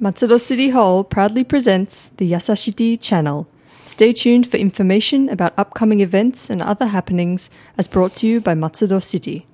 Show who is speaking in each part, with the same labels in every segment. Speaker 1: Matsudo City Hall proudly presents the Yasashiti Channel. Stay tuned for information about upcoming events and other happenings as brought to you by Matsudo City.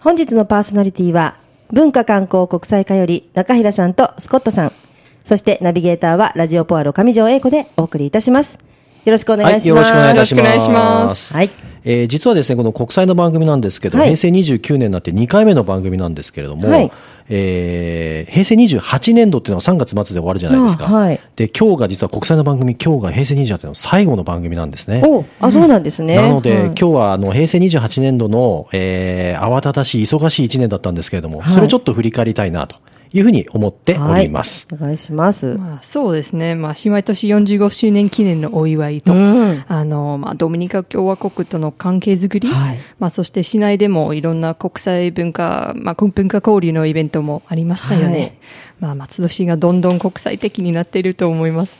Speaker 2: 本日のパーソナリティは、文化観光国際課より中平さんとスコットさん。そしてナビゲーターはラジオポアロ上条英子でお送りいたします。よろしくお願いし
Speaker 3: よ
Speaker 2: ま
Speaker 3: ろ
Speaker 2: す。
Speaker 3: しくお願いいたします。
Speaker 1: よろしくお願いします
Speaker 2: はい
Speaker 3: えー実はですね、この国際の番組なんですけど、
Speaker 2: はい
Speaker 3: 平成29年になって2回目の番組なんですけれども、
Speaker 2: はい
Speaker 3: えー平成28年度っていうのは3月末で終わるじゃないですか。
Speaker 2: あはい
Speaker 3: で、今日が実は国際の番組、今日が平成28年の最後の番組なんですね。
Speaker 2: おうあ、そうなんですね。
Speaker 3: なので、
Speaker 2: はい
Speaker 3: 今日はあの平成28年度の、えー慌ただしい、忙しい1年だったんですけれども、それをちょっと振り返りたいなというふうに思っております。
Speaker 2: はい、お願いします。
Speaker 1: まあ、そうですね、まあ、姉妹都市45周年記念のお祝いと、
Speaker 2: うん
Speaker 1: あのまあ、ドミニカ共和国との関係づくり、
Speaker 2: はい
Speaker 1: まあ、そして市内でもいろんな国際文化、まあ、文化交流のイベントもありましたよね、
Speaker 2: はい
Speaker 1: まあ、松戸市がどんどん国際的になっていると思います。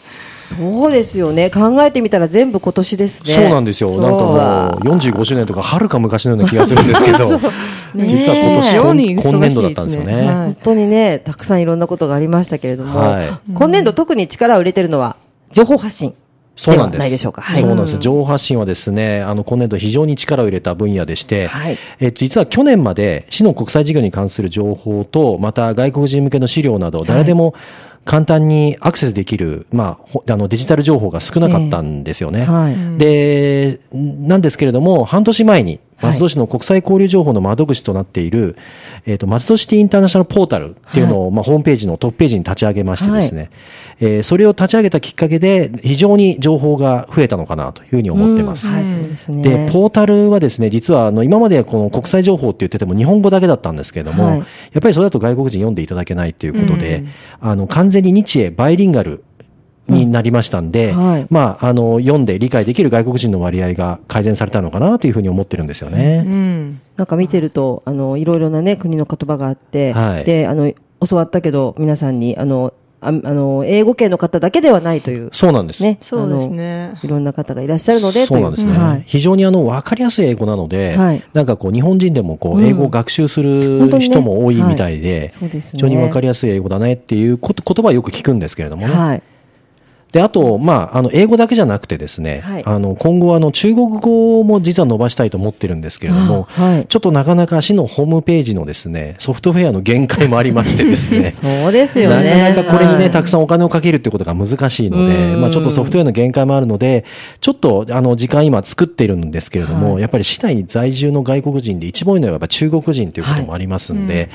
Speaker 2: そうですよね。考えてみたら全部今年ですね。
Speaker 3: そうなんですよ。
Speaker 1: そう
Speaker 3: なんかもう45周年とかはるか昔のような気がするんですけど、 実は今年
Speaker 1: 妙
Speaker 3: 今、
Speaker 1: に忙しいですね
Speaker 3: 今年度だったんですよね。
Speaker 1: は
Speaker 2: 本当にね、たくさんいろんなことがありましたけれども、
Speaker 3: はい
Speaker 2: 今年度特に力を入れてるのは、情報発信。
Speaker 3: そうなん
Speaker 2: で
Speaker 3: で。
Speaker 2: すはないでしょうか。はい。
Speaker 3: そうなんです。情報発信はですね、あの、今年度非常に力を入れた分野でして、
Speaker 2: はい
Speaker 3: えっと、実は去年まで市の国際事業に関する情報と、また外国人向けの資料など、誰でも簡単にアクセスできる、まあほ、あの、デジタル情報が少なかったんですよね。
Speaker 2: はい。
Speaker 3: で、なんですけれども、半年前に、松戸市の国際交流情報の窓口となっている、えっ、と、松戸シティインターナショナルポータルっていうのを、まあ、ホームページのトップページに立ち上げましてですね、えーそれを立ち上げたきっかけで、非常に情報が増えたのかなというふうに思ってます。
Speaker 2: はい、そうですね。
Speaker 3: で、ポータルはですね、実はあの今までこの国際情報って言ってても日本語だけだったんですけれども、
Speaker 2: はい
Speaker 3: やっぱりそれだと外国人読んでいただけないということで、あの完全に日英バイリンガルになりましたんで、
Speaker 2: うんはい
Speaker 3: まあ、あの、読んで理解できる外国人の割合が改善されたのかなというふうに思ってるんですよね。
Speaker 1: うん
Speaker 2: なんか見てると、あの、いろいろなね、国の言葉があって、
Speaker 3: はい
Speaker 2: で、あの、教わったけど、皆さんに、あの、ああの、英語圏の方だけではないという、
Speaker 3: そうなんです。
Speaker 2: ね。
Speaker 1: そうですね
Speaker 2: あのいろんな方がいらっしゃるので、
Speaker 3: そうなんですね。
Speaker 2: というはい。
Speaker 3: 非常にあの、わかりやすい英語なので、
Speaker 2: はい
Speaker 3: なんかこう、日本人でもこ
Speaker 2: う
Speaker 3: う、
Speaker 2: ん
Speaker 3: 英語を学習す
Speaker 2: 本当
Speaker 3: る
Speaker 2: にね
Speaker 3: 人も多いみたい
Speaker 2: はい
Speaker 3: で、
Speaker 2: そうですね
Speaker 3: 非常にわかりやすい英語だねっていうこと言葉はよく聞くんですけれどもね。
Speaker 2: はい。
Speaker 3: で、あと、まあ、あの、英語だけじゃなくてですね、
Speaker 2: はい
Speaker 3: あの、今後、あの、中国語も実は伸ばしたいと思ってるんですけれども、
Speaker 2: あはい、
Speaker 3: ちょっとなかなか市のホームページのですね、ソフトウェアの限界もありましてですね
Speaker 2: そうですよね。
Speaker 3: なかなかこれに
Speaker 2: は
Speaker 3: ね、
Speaker 2: い
Speaker 3: たくさんお金をかけるってことが難しいので、
Speaker 2: うん
Speaker 3: まあちょっとソフトウェアの限界もあるので、ちょっとあの時間今作っているんですけれども、
Speaker 2: は
Speaker 3: やっぱり市内に在住の外国人で一番多いのはやっぱ中国人ということもありますんで、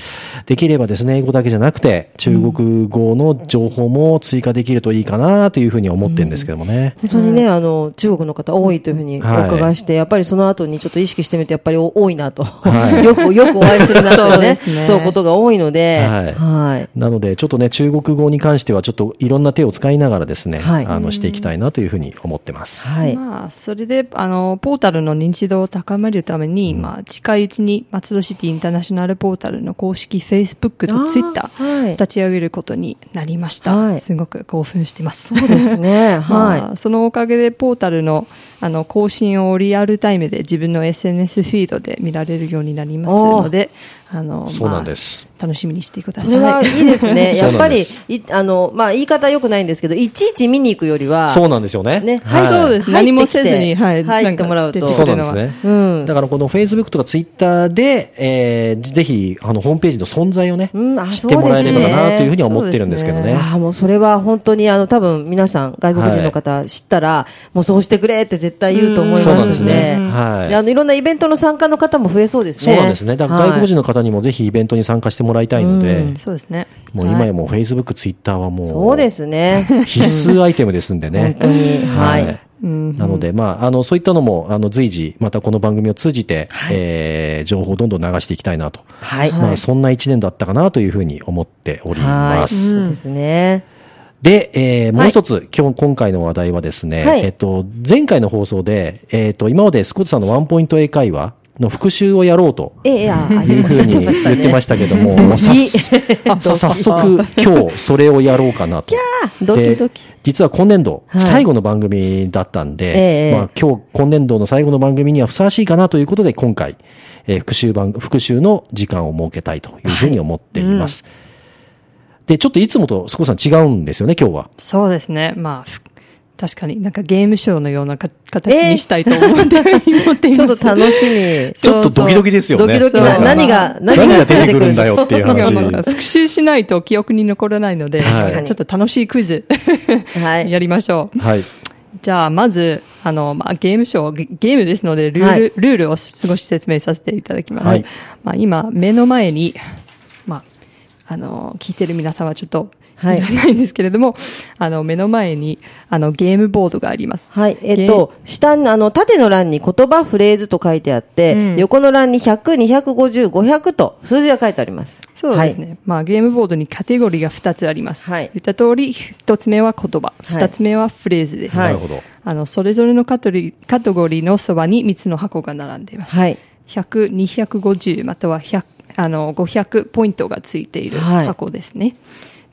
Speaker 3: できればですね、英語だけじゃなくて、中国語の情報も追加できるといいかなというふうに思ってるんですけどもね。
Speaker 2: 本当にね、あの、中国の方多いというふうにお
Speaker 3: はい
Speaker 2: 伺いして、やっぱりその後にちょっと意識してみると、やっぱりお多いなと。
Speaker 3: は い
Speaker 2: よく、よくお会いするなという
Speaker 1: そうで
Speaker 2: ね。
Speaker 1: すね
Speaker 2: そういうことが多いので、
Speaker 3: はい
Speaker 2: はい。
Speaker 3: なので、ちょっとね、中国語に関しては、ちょっといろんな手を使いながらですね、
Speaker 2: はい
Speaker 3: あの、していきたいなというふうに思ってます。
Speaker 2: はい。
Speaker 1: まあ、それで、あの、ポータルの認知度を高めるために、まあ、近いうちに、松戸シティインターナショナルポータルの公式 Facebook
Speaker 2: あ
Speaker 1: と
Speaker 2: ー
Speaker 1: Twitter、
Speaker 2: はい
Speaker 1: 立ち上げることになりました。
Speaker 2: はい
Speaker 1: すごく興奮してます。
Speaker 2: そ うですね。 はい。
Speaker 1: まあ、そのおかげでポータルのあの更新をリアルタイムで自分の SNS フィードで見られるようになりますので、あの、
Speaker 3: そうなんです
Speaker 1: まあ楽しみにしてください。
Speaker 2: それ はいいです ね。
Speaker 3: そ
Speaker 2: や
Speaker 3: う
Speaker 2: っ
Speaker 3: な
Speaker 2: ぱ
Speaker 3: んで
Speaker 2: り
Speaker 3: す、
Speaker 2: いあの、まあ、言い方良くないんですけど、いちいち見に行くよりは、
Speaker 3: そうなんですよね。
Speaker 2: ね
Speaker 1: はい、そうです。
Speaker 2: 入ってきて
Speaker 1: 何もせずに、はい、
Speaker 2: 入ってもらうと
Speaker 1: なんか出
Speaker 3: そ
Speaker 1: て
Speaker 3: う
Speaker 1: く
Speaker 3: な
Speaker 1: る
Speaker 3: んで
Speaker 1: のは
Speaker 3: すね。
Speaker 2: うん
Speaker 3: だからこの Facebook とか Twitter で、えーぜひ、あの、ホームページの存在をね、
Speaker 2: うんあ
Speaker 3: 知ってもらえればなというふうには思ってるんですけど
Speaker 1: そうで
Speaker 3: ね。
Speaker 2: ああ、もうそれは本当に、あの、多分皆さん、外国人の方知ったら、もうそうしてくれって絶対言うと思い
Speaker 3: そう
Speaker 2: ま
Speaker 3: なんですす
Speaker 2: んで。
Speaker 3: ね。はい。
Speaker 2: であの、いろんなイベントの参加の方も増えそうです
Speaker 3: そ
Speaker 2: ね。
Speaker 3: うなんですね。だから外国人
Speaker 2: の、
Speaker 3: の方にもぜひイベントに参加してもらいたいので、
Speaker 2: うん
Speaker 1: そうですね。
Speaker 3: もう今やもう Facebook、Twitter はもう、
Speaker 2: そうですね。
Speaker 3: 必須アイテムですんで
Speaker 2: 本
Speaker 3: ね
Speaker 2: 当。に、はい。
Speaker 1: うん
Speaker 3: なので、まあ、あの、そういったのも、あの、随時、またこの番組を通じて、えー情報をどんどん流していきたいなと。
Speaker 2: はい。
Speaker 3: まあ、そんな一年だったかなというふうに思っており
Speaker 2: は
Speaker 3: ま
Speaker 2: い。
Speaker 3: す。
Speaker 2: そうですね。
Speaker 3: で、えーもう一つ、今日、今回の話題はですね、
Speaker 2: はい
Speaker 3: えっと、前回の放送で、えっと、今までスコットさんのワンポイント英会話の復習をやろうと
Speaker 2: ええ、ええああ、
Speaker 3: いう
Speaker 2: おっ
Speaker 3: ふ
Speaker 2: し
Speaker 3: う
Speaker 2: ゃっ
Speaker 3: に
Speaker 2: てましたね。
Speaker 3: 言ってましたけども、
Speaker 2: ド
Speaker 3: もうさ
Speaker 2: キ
Speaker 3: 早速今日それをやろうかなと。
Speaker 2: ドキ
Speaker 3: で
Speaker 2: ドキ。
Speaker 3: 実は今年度
Speaker 2: はい
Speaker 3: 最後の番組だったんで、
Speaker 2: ええ
Speaker 3: まあ、今日今年度の最後の番組にはふさわしいかなということで今回、えー復習番復習の時間を設けたいというふうに思っています。で、ちょっといつもと少しさん違うんですよね、今日は。
Speaker 1: そうですね。まあ、ふ確かになんかゲームショーのようなか形にしたいと思って、 思ってい
Speaker 2: ち
Speaker 1: ま
Speaker 2: ょっと
Speaker 1: す。
Speaker 2: 楽しみ。
Speaker 3: ちょっとドキドキですよね
Speaker 2: ドキドキ
Speaker 1: な
Speaker 2: だ。
Speaker 1: んか
Speaker 2: 何が、
Speaker 3: 何が出てくるんだよっていう
Speaker 2: そ
Speaker 3: 話
Speaker 1: いやまあ復習しないと記憶に残らないので、
Speaker 3: 確
Speaker 2: かに
Speaker 1: ちょっと楽しいクイズ
Speaker 2: はい
Speaker 1: やりましょう。
Speaker 3: はい。
Speaker 1: じゃあ、まず、あの、まあ、ゲームショー、ゲゲームですので、ルール、
Speaker 2: はい
Speaker 1: ルールを少し説明させていただきます。
Speaker 3: はい
Speaker 1: まあ、今、目の前に、まあ、あの、聞いてる皆さんはちょっと、
Speaker 2: はい
Speaker 1: いらないんですけれども、あの、目の前に、あの、ゲームボードがあります。
Speaker 2: はい。えっと、下に、あの、縦の欄に言葉、フレーズと書いてあって、
Speaker 1: うん
Speaker 2: 横の欄に100、250、500と数字が書いてあります。
Speaker 1: そうですね。まあ、ゲームボードにカテゴリーが2つあります。
Speaker 2: はい
Speaker 1: 言った通り、1つ目は言葉、2つ目はフレーズです。
Speaker 2: はい
Speaker 3: なるほど。
Speaker 1: あの、それぞれのカトリカテゴリーのそばに3つの箱が並んでいます。
Speaker 2: はい。
Speaker 1: 100、250または100あの500ポイントがついている
Speaker 2: はい
Speaker 1: 箱ですね。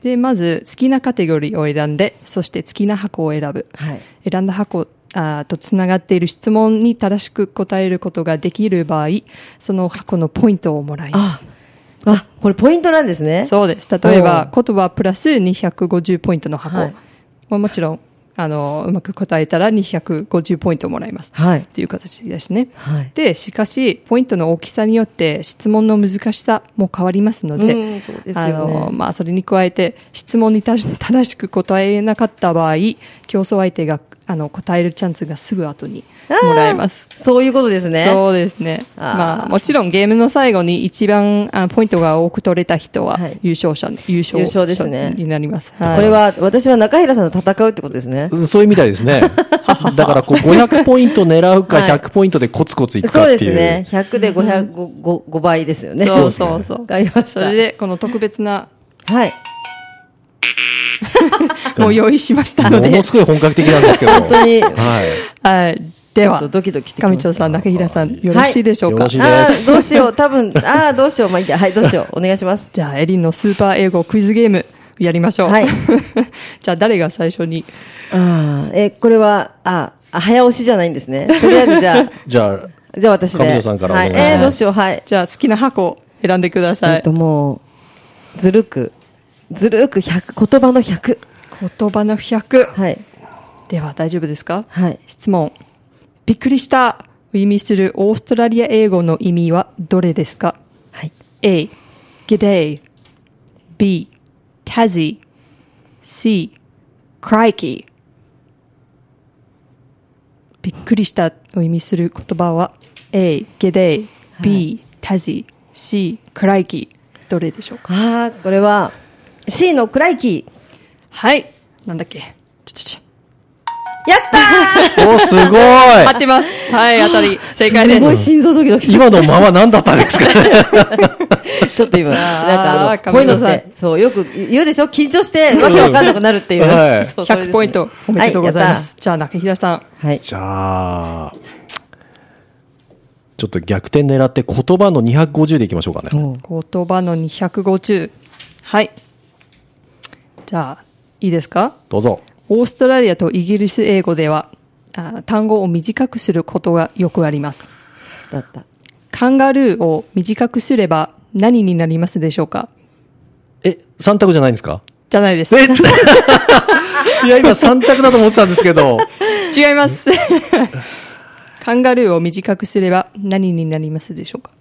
Speaker 1: で、まず好きなカテゴリーを選んで、そして好きな箱を選ぶ。
Speaker 2: はい。
Speaker 1: 選んだ箱あーとつながっている質問に正しく答えることができる場合、その箱のポイントをもらいま
Speaker 2: あ
Speaker 1: す。、
Speaker 2: あ、これポイントなんですね。
Speaker 1: そうです。例えば、言葉プラス250ポイントの箱。
Speaker 2: はい
Speaker 1: まあもちろん、あの、うまく答えたら250ポイントもらいます。
Speaker 2: はい
Speaker 1: っ。ていう形ですね。
Speaker 2: はい。
Speaker 1: で、しかし、ポイントの大きさによって質問の難しさも変わりますので、
Speaker 2: うんそうですよね
Speaker 1: あの、まあ、それに加えて、質問にた正しく答えなかった場合、競争相手が、あの、答えるチャンスがすぐ後にもらえます。
Speaker 2: そういうことですね。
Speaker 1: そうですね。
Speaker 2: あー
Speaker 1: まあ、もちろんゲームの最後に一番あポイントが多く取れた人は
Speaker 2: はい
Speaker 1: 優勝者、優勝
Speaker 2: 優勝ですね
Speaker 1: 者になります。
Speaker 2: こ
Speaker 1: はい
Speaker 2: れは、私は中平さんと戦うってことですね。
Speaker 3: そういうみたいです ね。だからこう500ポイント狙うか
Speaker 2: はい
Speaker 3: 100ポイントでコツコツいくか
Speaker 2: そ
Speaker 3: っ
Speaker 2: うで
Speaker 3: て
Speaker 2: す
Speaker 3: いう。
Speaker 2: ね。100で500、5, 5倍ですよね。
Speaker 1: そうそうそう。
Speaker 2: わかりまし
Speaker 1: そ
Speaker 2: た
Speaker 1: れで、この特別な
Speaker 2: はい。
Speaker 1: のを用意しましたの
Speaker 3: も
Speaker 1: で
Speaker 3: の、すごい本格的なんですけど。
Speaker 2: 本当 に。
Speaker 3: はい。
Speaker 1: はい。では
Speaker 2: ちょっと、ドキドキしてきま
Speaker 1: 上
Speaker 2: した
Speaker 1: 長さん、中平さん、よろしいでしょうか。
Speaker 3: はいよろしい
Speaker 2: あーどうしよう。多分、ああ、どうしよう。まあいいや。はい、どうしよう。お願いします。
Speaker 1: じゃあ、エリンのスーパー英語クイズゲーム、やりましょう。
Speaker 2: はい
Speaker 1: じゃあ、誰が最初に、
Speaker 2: ああ、え、これは、ああ、早押しじゃないんですね。とりあえず、じゃあ、
Speaker 3: じゃあ、
Speaker 2: じゃあ私で。
Speaker 3: 上條さんからお願いします
Speaker 2: はえーどうしよう。はい。
Speaker 1: じゃあ、好きな箱を選んでくださ
Speaker 2: え
Speaker 1: い
Speaker 2: っ。と、もう、ずるく、ずるく100、言葉の100。
Speaker 1: 言葉の100。
Speaker 2: はい。
Speaker 1: では、大丈夫ですか
Speaker 2: はい。
Speaker 1: 質問。びっくりしたを意味するオーストラリア英語の意味はどれですか
Speaker 2: はい。
Speaker 1: A. G'day B. Tazzy C. Crikey びっくりしたを意味する言葉は A. G'day B. Tazzy C. Crikey どれでしょうか
Speaker 2: ああ、これは、C のクライキー。
Speaker 1: はいなんだっけちょちょちょ
Speaker 2: やったー
Speaker 3: お、すご い
Speaker 1: 合ってますはい当たり正解です
Speaker 2: すごい心臓ドキドキする
Speaker 3: 今のまま何だったんですかね
Speaker 2: ちょっと今、なんか
Speaker 1: あ
Speaker 2: あ
Speaker 1: ー
Speaker 2: の、こういうの
Speaker 1: 上
Speaker 2: っ
Speaker 1: 條さ
Speaker 2: て、そう、よく言うでしょ緊 張して、わけわかんなくなるっていう。
Speaker 3: うんはい
Speaker 2: そうそれです
Speaker 1: 100ポイントおめでとうございます、。じゃあ中平さん
Speaker 2: はいやった
Speaker 3: じゃあ、ちょっと逆転狙って言葉の250でいきましょうかね。
Speaker 2: はい。
Speaker 1: 言葉の250はいじゃあいいですか
Speaker 3: どうぞ。
Speaker 1: オーストラリアとイギリス英語では、あ単語を短くすることがよくあります。
Speaker 2: だった。
Speaker 1: カンガルーを短くすれば何になりますでしょうか
Speaker 3: え、3択じゃないんですか
Speaker 1: じゃないです。
Speaker 3: えいや、今3択だと思ってたんですけど。
Speaker 1: 違います。 カンガルーを短くすれば何になりますでしょうか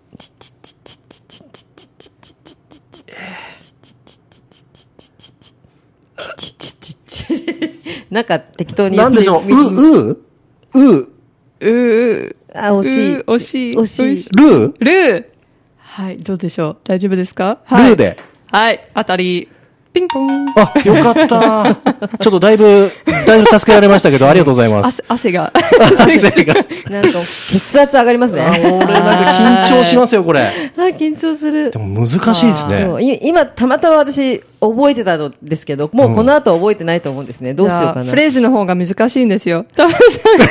Speaker 2: なんか適当に。
Speaker 3: なんでしょう、う、う、う、
Speaker 1: うー、
Speaker 2: あ、惜しい。
Speaker 1: うー惜しい
Speaker 2: 惜しい。
Speaker 3: ルー
Speaker 1: ルーはい、どうでしょう大丈夫ですか
Speaker 3: ル
Speaker 1: はい
Speaker 3: ーで。
Speaker 1: はい、当たり。ピンポン
Speaker 3: あ、よかった。ちょっとだいぶ、だいぶ助けられましたけど、ありがとうございます。
Speaker 1: 汗汗が。
Speaker 3: 汗が。
Speaker 2: なんか、血圧上がりますね。
Speaker 3: あ俺なんか緊張しますよ、これ。
Speaker 2: あー緊張する
Speaker 3: で。も難しいですね。
Speaker 2: そうい今、たまたま私、覚えてたのですけど、もうこの後覚えてないと思うんですね。どうしようか
Speaker 1: じゃ
Speaker 2: な
Speaker 1: あフ。レーズの方が難しいんですよ。 多分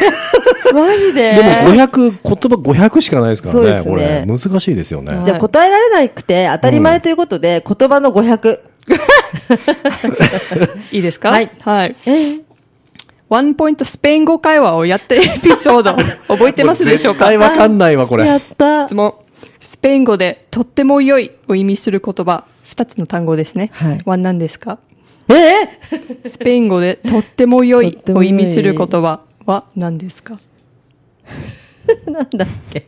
Speaker 2: マジで
Speaker 3: でも500、言葉500しかないですか
Speaker 2: そう
Speaker 3: ら
Speaker 2: で
Speaker 3: ね、
Speaker 2: す
Speaker 3: これ。
Speaker 2: ね
Speaker 3: 難しいですよね。
Speaker 2: じゃあ答えられなくて当たり前ということで、言葉の500。
Speaker 1: いいですか
Speaker 2: はい
Speaker 1: はい。
Speaker 2: えー
Speaker 1: ワンポイントスペイン語会話をやってエピソー ド覚えてますでしょう
Speaker 3: こ
Speaker 1: か
Speaker 3: れ絶対わかんないわ、こ
Speaker 2: や
Speaker 3: れ
Speaker 2: っ。た。
Speaker 1: 質問。スペイン語でとっても良いを意味する言葉。二つの単語ですね。
Speaker 2: はい
Speaker 1: は何ですか
Speaker 2: え
Speaker 1: スペイン語でとっても良い
Speaker 2: とって
Speaker 1: を
Speaker 2: も良い
Speaker 1: 意味する言葉は何ですか
Speaker 2: ーなんだっけ。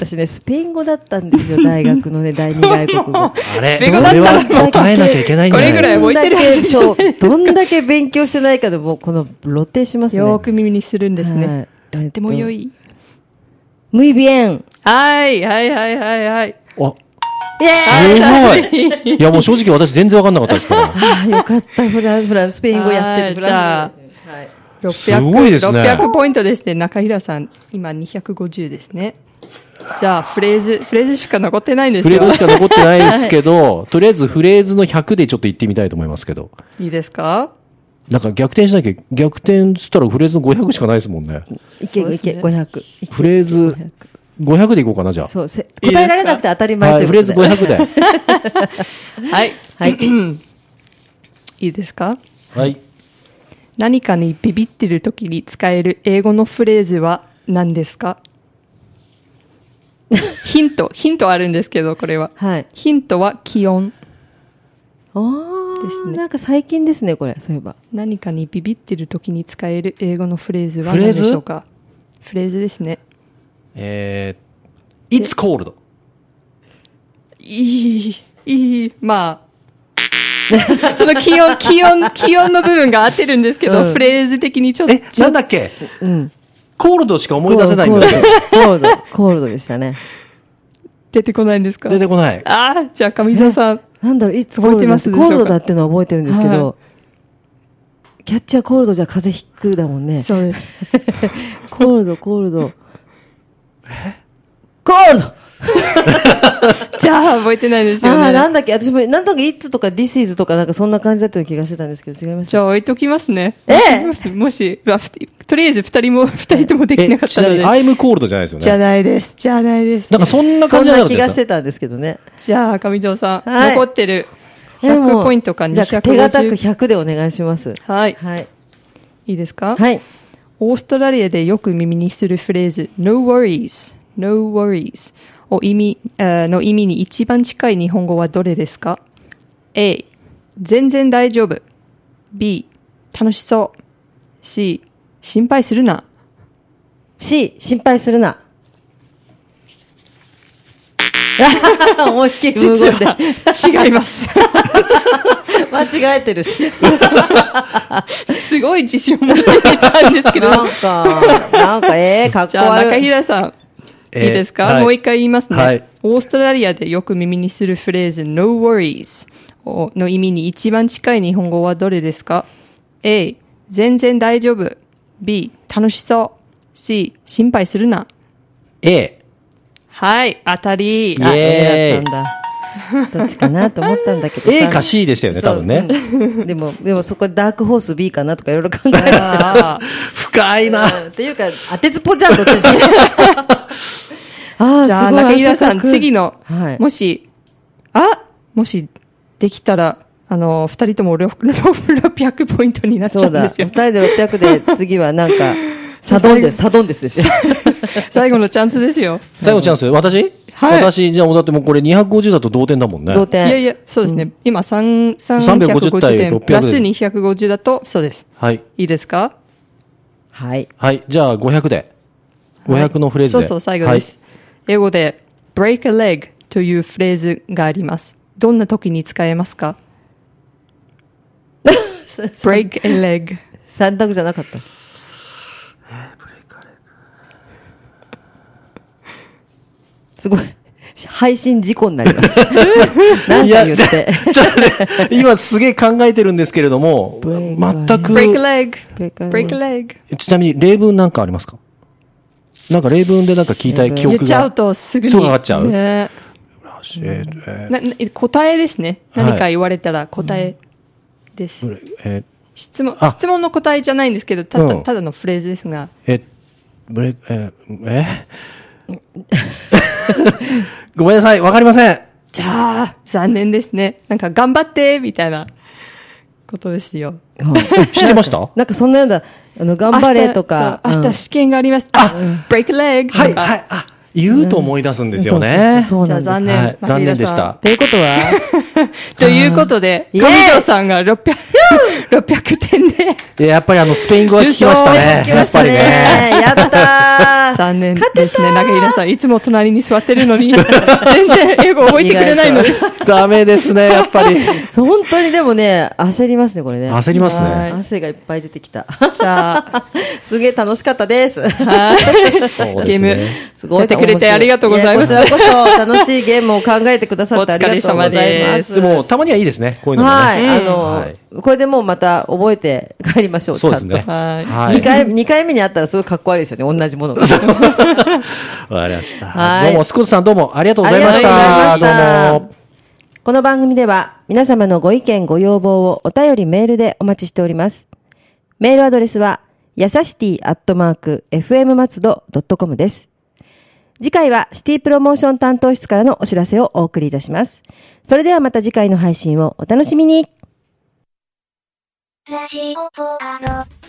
Speaker 2: 私ね、スペイン語だったんですよ、大 学のね、第二外国語。
Speaker 3: あれ
Speaker 1: スペイン語
Speaker 3: そ
Speaker 1: だった
Speaker 3: れ
Speaker 1: ら
Speaker 3: は答えなきゃいけないんじゃない
Speaker 1: これぐらい覚えてるやつじゃ
Speaker 2: どんだけそうどんだけ勉強してないかでもうこの露呈しますね。
Speaker 1: よーく耳にするんです
Speaker 2: は
Speaker 1: ね
Speaker 2: い。
Speaker 1: とっても良い。
Speaker 2: ムイビエン。
Speaker 1: はい、はい、はい、はい、はい。
Speaker 3: あ、
Speaker 2: イエ
Speaker 3: すごい。いや、もう正直私全然わかんなかったで すから。
Speaker 2: ーイよかった、フラン、フラン、スペイン語やってる。
Speaker 1: はいじゃあ
Speaker 2: はい
Speaker 1: 600
Speaker 3: すごいですね
Speaker 1: 600ポイントですね。中平さん、今250ですね。じゃあ、フレーズ、フレーズしか残ってないんです
Speaker 3: フレ
Speaker 1: よ
Speaker 3: ー。ズしか残ってないですけど、とりあえずフレーズの100でちょっと言ってみたいと思いますけど。
Speaker 1: いいですか
Speaker 3: なんか逆転しなきゃ、逆転したらフレーズの500しかないですもんね。
Speaker 2: いけ
Speaker 1: そうで
Speaker 2: い
Speaker 1: すね
Speaker 2: け、500。いけ
Speaker 3: フレーズ500でいこうかな、じゃあ。
Speaker 2: そう、せ答えられなくて当たり前
Speaker 3: は
Speaker 2: とい
Speaker 3: い、
Speaker 2: う
Speaker 3: フ
Speaker 2: こ
Speaker 3: レー
Speaker 2: と
Speaker 3: ズ
Speaker 2: で。
Speaker 3: 500で。
Speaker 1: はい。
Speaker 2: はい。
Speaker 1: いいですか
Speaker 3: はい。
Speaker 1: 何かにビビってる時に使える英語のフレーズは何ですか ヒント、ヒントあるんですけど、これは。
Speaker 2: はい。
Speaker 1: ヒントは気温。
Speaker 2: あ
Speaker 1: です
Speaker 2: ー、
Speaker 1: ね
Speaker 2: なんか最近ですね、これ、そういえば。
Speaker 1: 何かにビビってる時に使える英語のフレーズは何でしょうかフレーズですね。
Speaker 3: えー、It's cold.
Speaker 1: いい、いい、まあ。 その気温、気温、気温の部分が合ってるんですけど、
Speaker 2: うん
Speaker 1: フレーズ的にちょっと。
Speaker 3: え、なんだっけ
Speaker 2: うん。
Speaker 3: コールドしか思い出せないんだけど。
Speaker 2: コールド、コールドコールドでしたね。
Speaker 1: 出てこないんですか
Speaker 3: 出てこない。
Speaker 1: ああ、じゃあ、上沢さん。
Speaker 2: なんだろう、いつコ
Speaker 1: 覚え
Speaker 2: ー
Speaker 1: て
Speaker 2: ルド
Speaker 1: ま
Speaker 2: だって、
Speaker 1: す
Speaker 2: コ
Speaker 1: でしょうか
Speaker 2: ールドだっていうのは覚えてるんですけ
Speaker 1: は
Speaker 2: ど、キャッチャーコールドじゃ風邪ひくだもんね。
Speaker 1: そうです。
Speaker 2: コールド、コールド。コールド
Speaker 1: じゃあ、覚えてないですよ
Speaker 2: ああ、な
Speaker 1: ね。
Speaker 2: んだっけ私も、なんとか It's とか This is とかなんかそんな感じだったような気がしてたんですけど、違いまし
Speaker 1: じ
Speaker 2: た。
Speaker 1: ゃあ、置いときますね。
Speaker 2: ええ
Speaker 1: 置いときますもし、まあふとりあえず二人も、二人ともできな
Speaker 3: え
Speaker 1: かっ、
Speaker 3: ち
Speaker 1: た
Speaker 3: な
Speaker 1: の
Speaker 3: みに、
Speaker 1: で。
Speaker 3: I'm cold じゃないですよ
Speaker 1: じゃ
Speaker 3: ね。
Speaker 1: ないです。じゃないです。
Speaker 3: なんかそんな
Speaker 2: そ
Speaker 3: 感
Speaker 2: ん
Speaker 3: じじゃな
Speaker 2: な
Speaker 3: かった
Speaker 2: 気
Speaker 3: で
Speaker 2: が
Speaker 3: す
Speaker 2: し
Speaker 3: か
Speaker 2: てたんですけどね。
Speaker 1: じゃあ、上条さん、
Speaker 2: はい
Speaker 1: 残ってる
Speaker 2: えも
Speaker 1: 100
Speaker 2: う
Speaker 1: ポイントか
Speaker 2: じゃあ
Speaker 1: 250。
Speaker 2: 手堅く100でお願いします。
Speaker 1: はい。
Speaker 2: はい。
Speaker 1: いいですか
Speaker 2: はい。
Speaker 1: オーストラリアでよく耳にするフレーズ、no worries, no worries を意味、えーの意味に一番近い日本語はどれですか ?A、全然大丈夫。B、楽しそう。C、心配する な。
Speaker 2: C、心配す るな。思いっきり無
Speaker 1: 実
Speaker 2: 言で。
Speaker 1: は違います。
Speaker 2: 間違えてるし。
Speaker 1: すごい自信を持ってたんです けど。
Speaker 2: なんか、なんか、ええかっ
Speaker 1: じ
Speaker 2: こ
Speaker 1: ゃあ、中
Speaker 2: 悪い。
Speaker 1: 平さん。
Speaker 3: えー
Speaker 1: いいですか、
Speaker 3: はい
Speaker 1: もう一回言いますね、
Speaker 3: はい
Speaker 1: オーストラリアでよく耳にするフレーズ No worries をの意味に一番近い日本語はどれですか ?A 全然大丈夫 B 楽しそう C 心配するな
Speaker 3: A。
Speaker 1: はい当たり
Speaker 3: イ
Speaker 2: あ
Speaker 3: エーイ
Speaker 2: A だったんだ。どっちかなと思ったんだけどさ。
Speaker 3: A か C でしたよね、多分ね。
Speaker 2: そう。うんでも、でもそこでダークホース B かなとかいろいろ考えて
Speaker 1: あ
Speaker 3: 深いな。
Speaker 2: うんっていうか、当てずっぽじゃん、どっちに しろあ
Speaker 1: ー
Speaker 2: あ、
Speaker 1: じゃあ
Speaker 2: すごい
Speaker 1: 中平さ
Speaker 2: 汗
Speaker 1: ん
Speaker 2: かく
Speaker 1: 次の、
Speaker 2: はい
Speaker 1: もしあもしできたらあの二人とも600ポイントになっちゃ
Speaker 2: そ
Speaker 1: うん
Speaker 2: うだ。
Speaker 1: で
Speaker 2: 二
Speaker 1: すよ
Speaker 2: 人で600で、次はなんか、サドンです。サドンで すですよ。
Speaker 1: 最後のチャンスですよ
Speaker 3: 最後のチャンス私
Speaker 1: はい
Speaker 3: 私、じゃあもうだってもうこれ250だと同点だもんね。
Speaker 2: 同
Speaker 1: いやい
Speaker 2: 点。
Speaker 1: や、そうですね。今、3 350
Speaker 3: 350対
Speaker 1: 点、
Speaker 3: 600
Speaker 1: プラス250だと、そうです。
Speaker 3: はい。
Speaker 1: いいですか
Speaker 2: はい。
Speaker 3: はい。じゃあ500で。500のフレーズで。
Speaker 1: そうそう、最後 です。英語で、break a leg というフレーズがあります。どんな時に使えます か ?break a leg。
Speaker 2: 三択じゃなかった。すごい。配信事故になり ます。なん
Speaker 3: い
Speaker 2: か
Speaker 3: や
Speaker 2: 言って。
Speaker 3: じゃあね、今すげえ考えてるんですけれども、
Speaker 2: ブレイクがね
Speaker 3: 全く、
Speaker 1: break leg,
Speaker 2: Break a
Speaker 1: break leg.
Speaker 3: ちなみに例文なんかありますかなんか例文でなんか聞いたい記
Speaker 1: 言っ
Speaker 3: 憶
Speaker 1: ちゃう
Speaker 3: が。
Speaker 1: とすぐに。
Speaker 3: すぐ上がっちゃう
Speaker 1: ね
Speaker 3: えーえ
Speaker 1: なな答えですね。
Speaker 3: はい
Speaker 1: 何か言われたら答えです。
Speaker 3: ーえー
Speaker 1: 質問、
Speaker 3: あ
Speaker 1: 質問の答えじゃないんですけど、ただ、
Speaker 3: うん
Speaker 1: ただのフレーズですが。
Speaker 3: え、ブレ、えー、え ごめんなさい、わかりません。
Speaker 1: じゃあ、残念ですね。なんか、頑張って、みたいなことですよ。
Speaker 3: 知ってましたは
Speaker 2: なんかそんなような、あの、頑張れとか。
Speaker 1: 明日そう明日
Speaker 2: し
Speaker 1: 試験があります。あ、break leg とか。
Speaker 3: い、はい、あ、言うと思い出すんですよね。
Speaker 2: そう
Speaker 1: じゃ
Speaker 2: な
Speaker 1: あ
Speaker 2: んです。
Speaker 1: 残念、
Speaker 2: っ
Speaker 3: はい残念でした
Speaker 1: マ
Speaker 2: ていうことは、
Speaker 1: ティーダさん ということで、
Speaker 2: イ
Speaker 1: 上
Speaker 2: エーイ
Speaker 1: 条さんが600、600点で、
Speaker 3: いややっぱりあの、スペイン語は聞きましたね。
Speaker 2: 来
Speaker 3: や
Speaker 2: ま
Speaker 3: っ
Speaker 2: した
Speaker 3: ぱりね。
Speaker 2: ね。やったー。
Speaker 1: 残念ですね。中平さん、いつも隣に座ってるの に、全然英語覚えてくれないのです。
Speaker 3: ダメですね、やっぱり。
Speaker 2: そう本当にでもね、焦りますね、これね。
Speaker 3: 焦ります
Speaker 1: は
Speaker 3: ね。
Speaker 1: い
Speaker 2: 汗がいっぱい出てきた。
Speaker 1: じゃあ、
Speaker 2: すげえ楽しかったです。
Speaker 3: そう
Speaker 1: ゲ
Speaker 3: で
Speaker 1: ー
Speaker 3: す
Speaker 1: ム
Speaker 3: ね。
Speaker 2: すごい
Speaker 1: 出てくれてありがとうございます
Speaker 2: やこちらこそ楽しいゲームを考えてくださってありがとう
Speaker 1: お
Speaker 2: ございま
Speaker 1: 疲
Speaker 2: す。
Speaker 1: れ様
Speaker 3: でも、たまにはいいですね、こういうのもね。
Speaker 2: はい、あの、
Speaker 3: はい
Speaker 2: これでもうまた覚えて帰りましょう、ち
Speaker 3: そう
Speaker 2: ゃ
Speaker 3: で
Speaker 2: ん
Speaker 3: す
Speaker 2: と。
Speaker 3: ね。
Speaker 1: はい
Speaker 2: 2回、二回目に会ったらすごいかっこ悪いですよね、同じものが。
Speaker 3: わかりました。
Speaker 2: はい
Speaker 3: どうも、スコットさんどうもありがとうございまし
Speaker 2: あ
Speaker 3: た。
Speaker 2: りがとうございました
Speaker 3: どうも。
Speaker 2: この番組では皆様のご意見ご要望をお便りメールでお待ちしております。メールアドレスは、やさしティアットマーク、fm 松戸 .com です。次回はシティプロモーション担当室からのお知らせをお送りいたします。それではまた次回の配信をお楽しみに。
Speaker 4: ラジオポアド。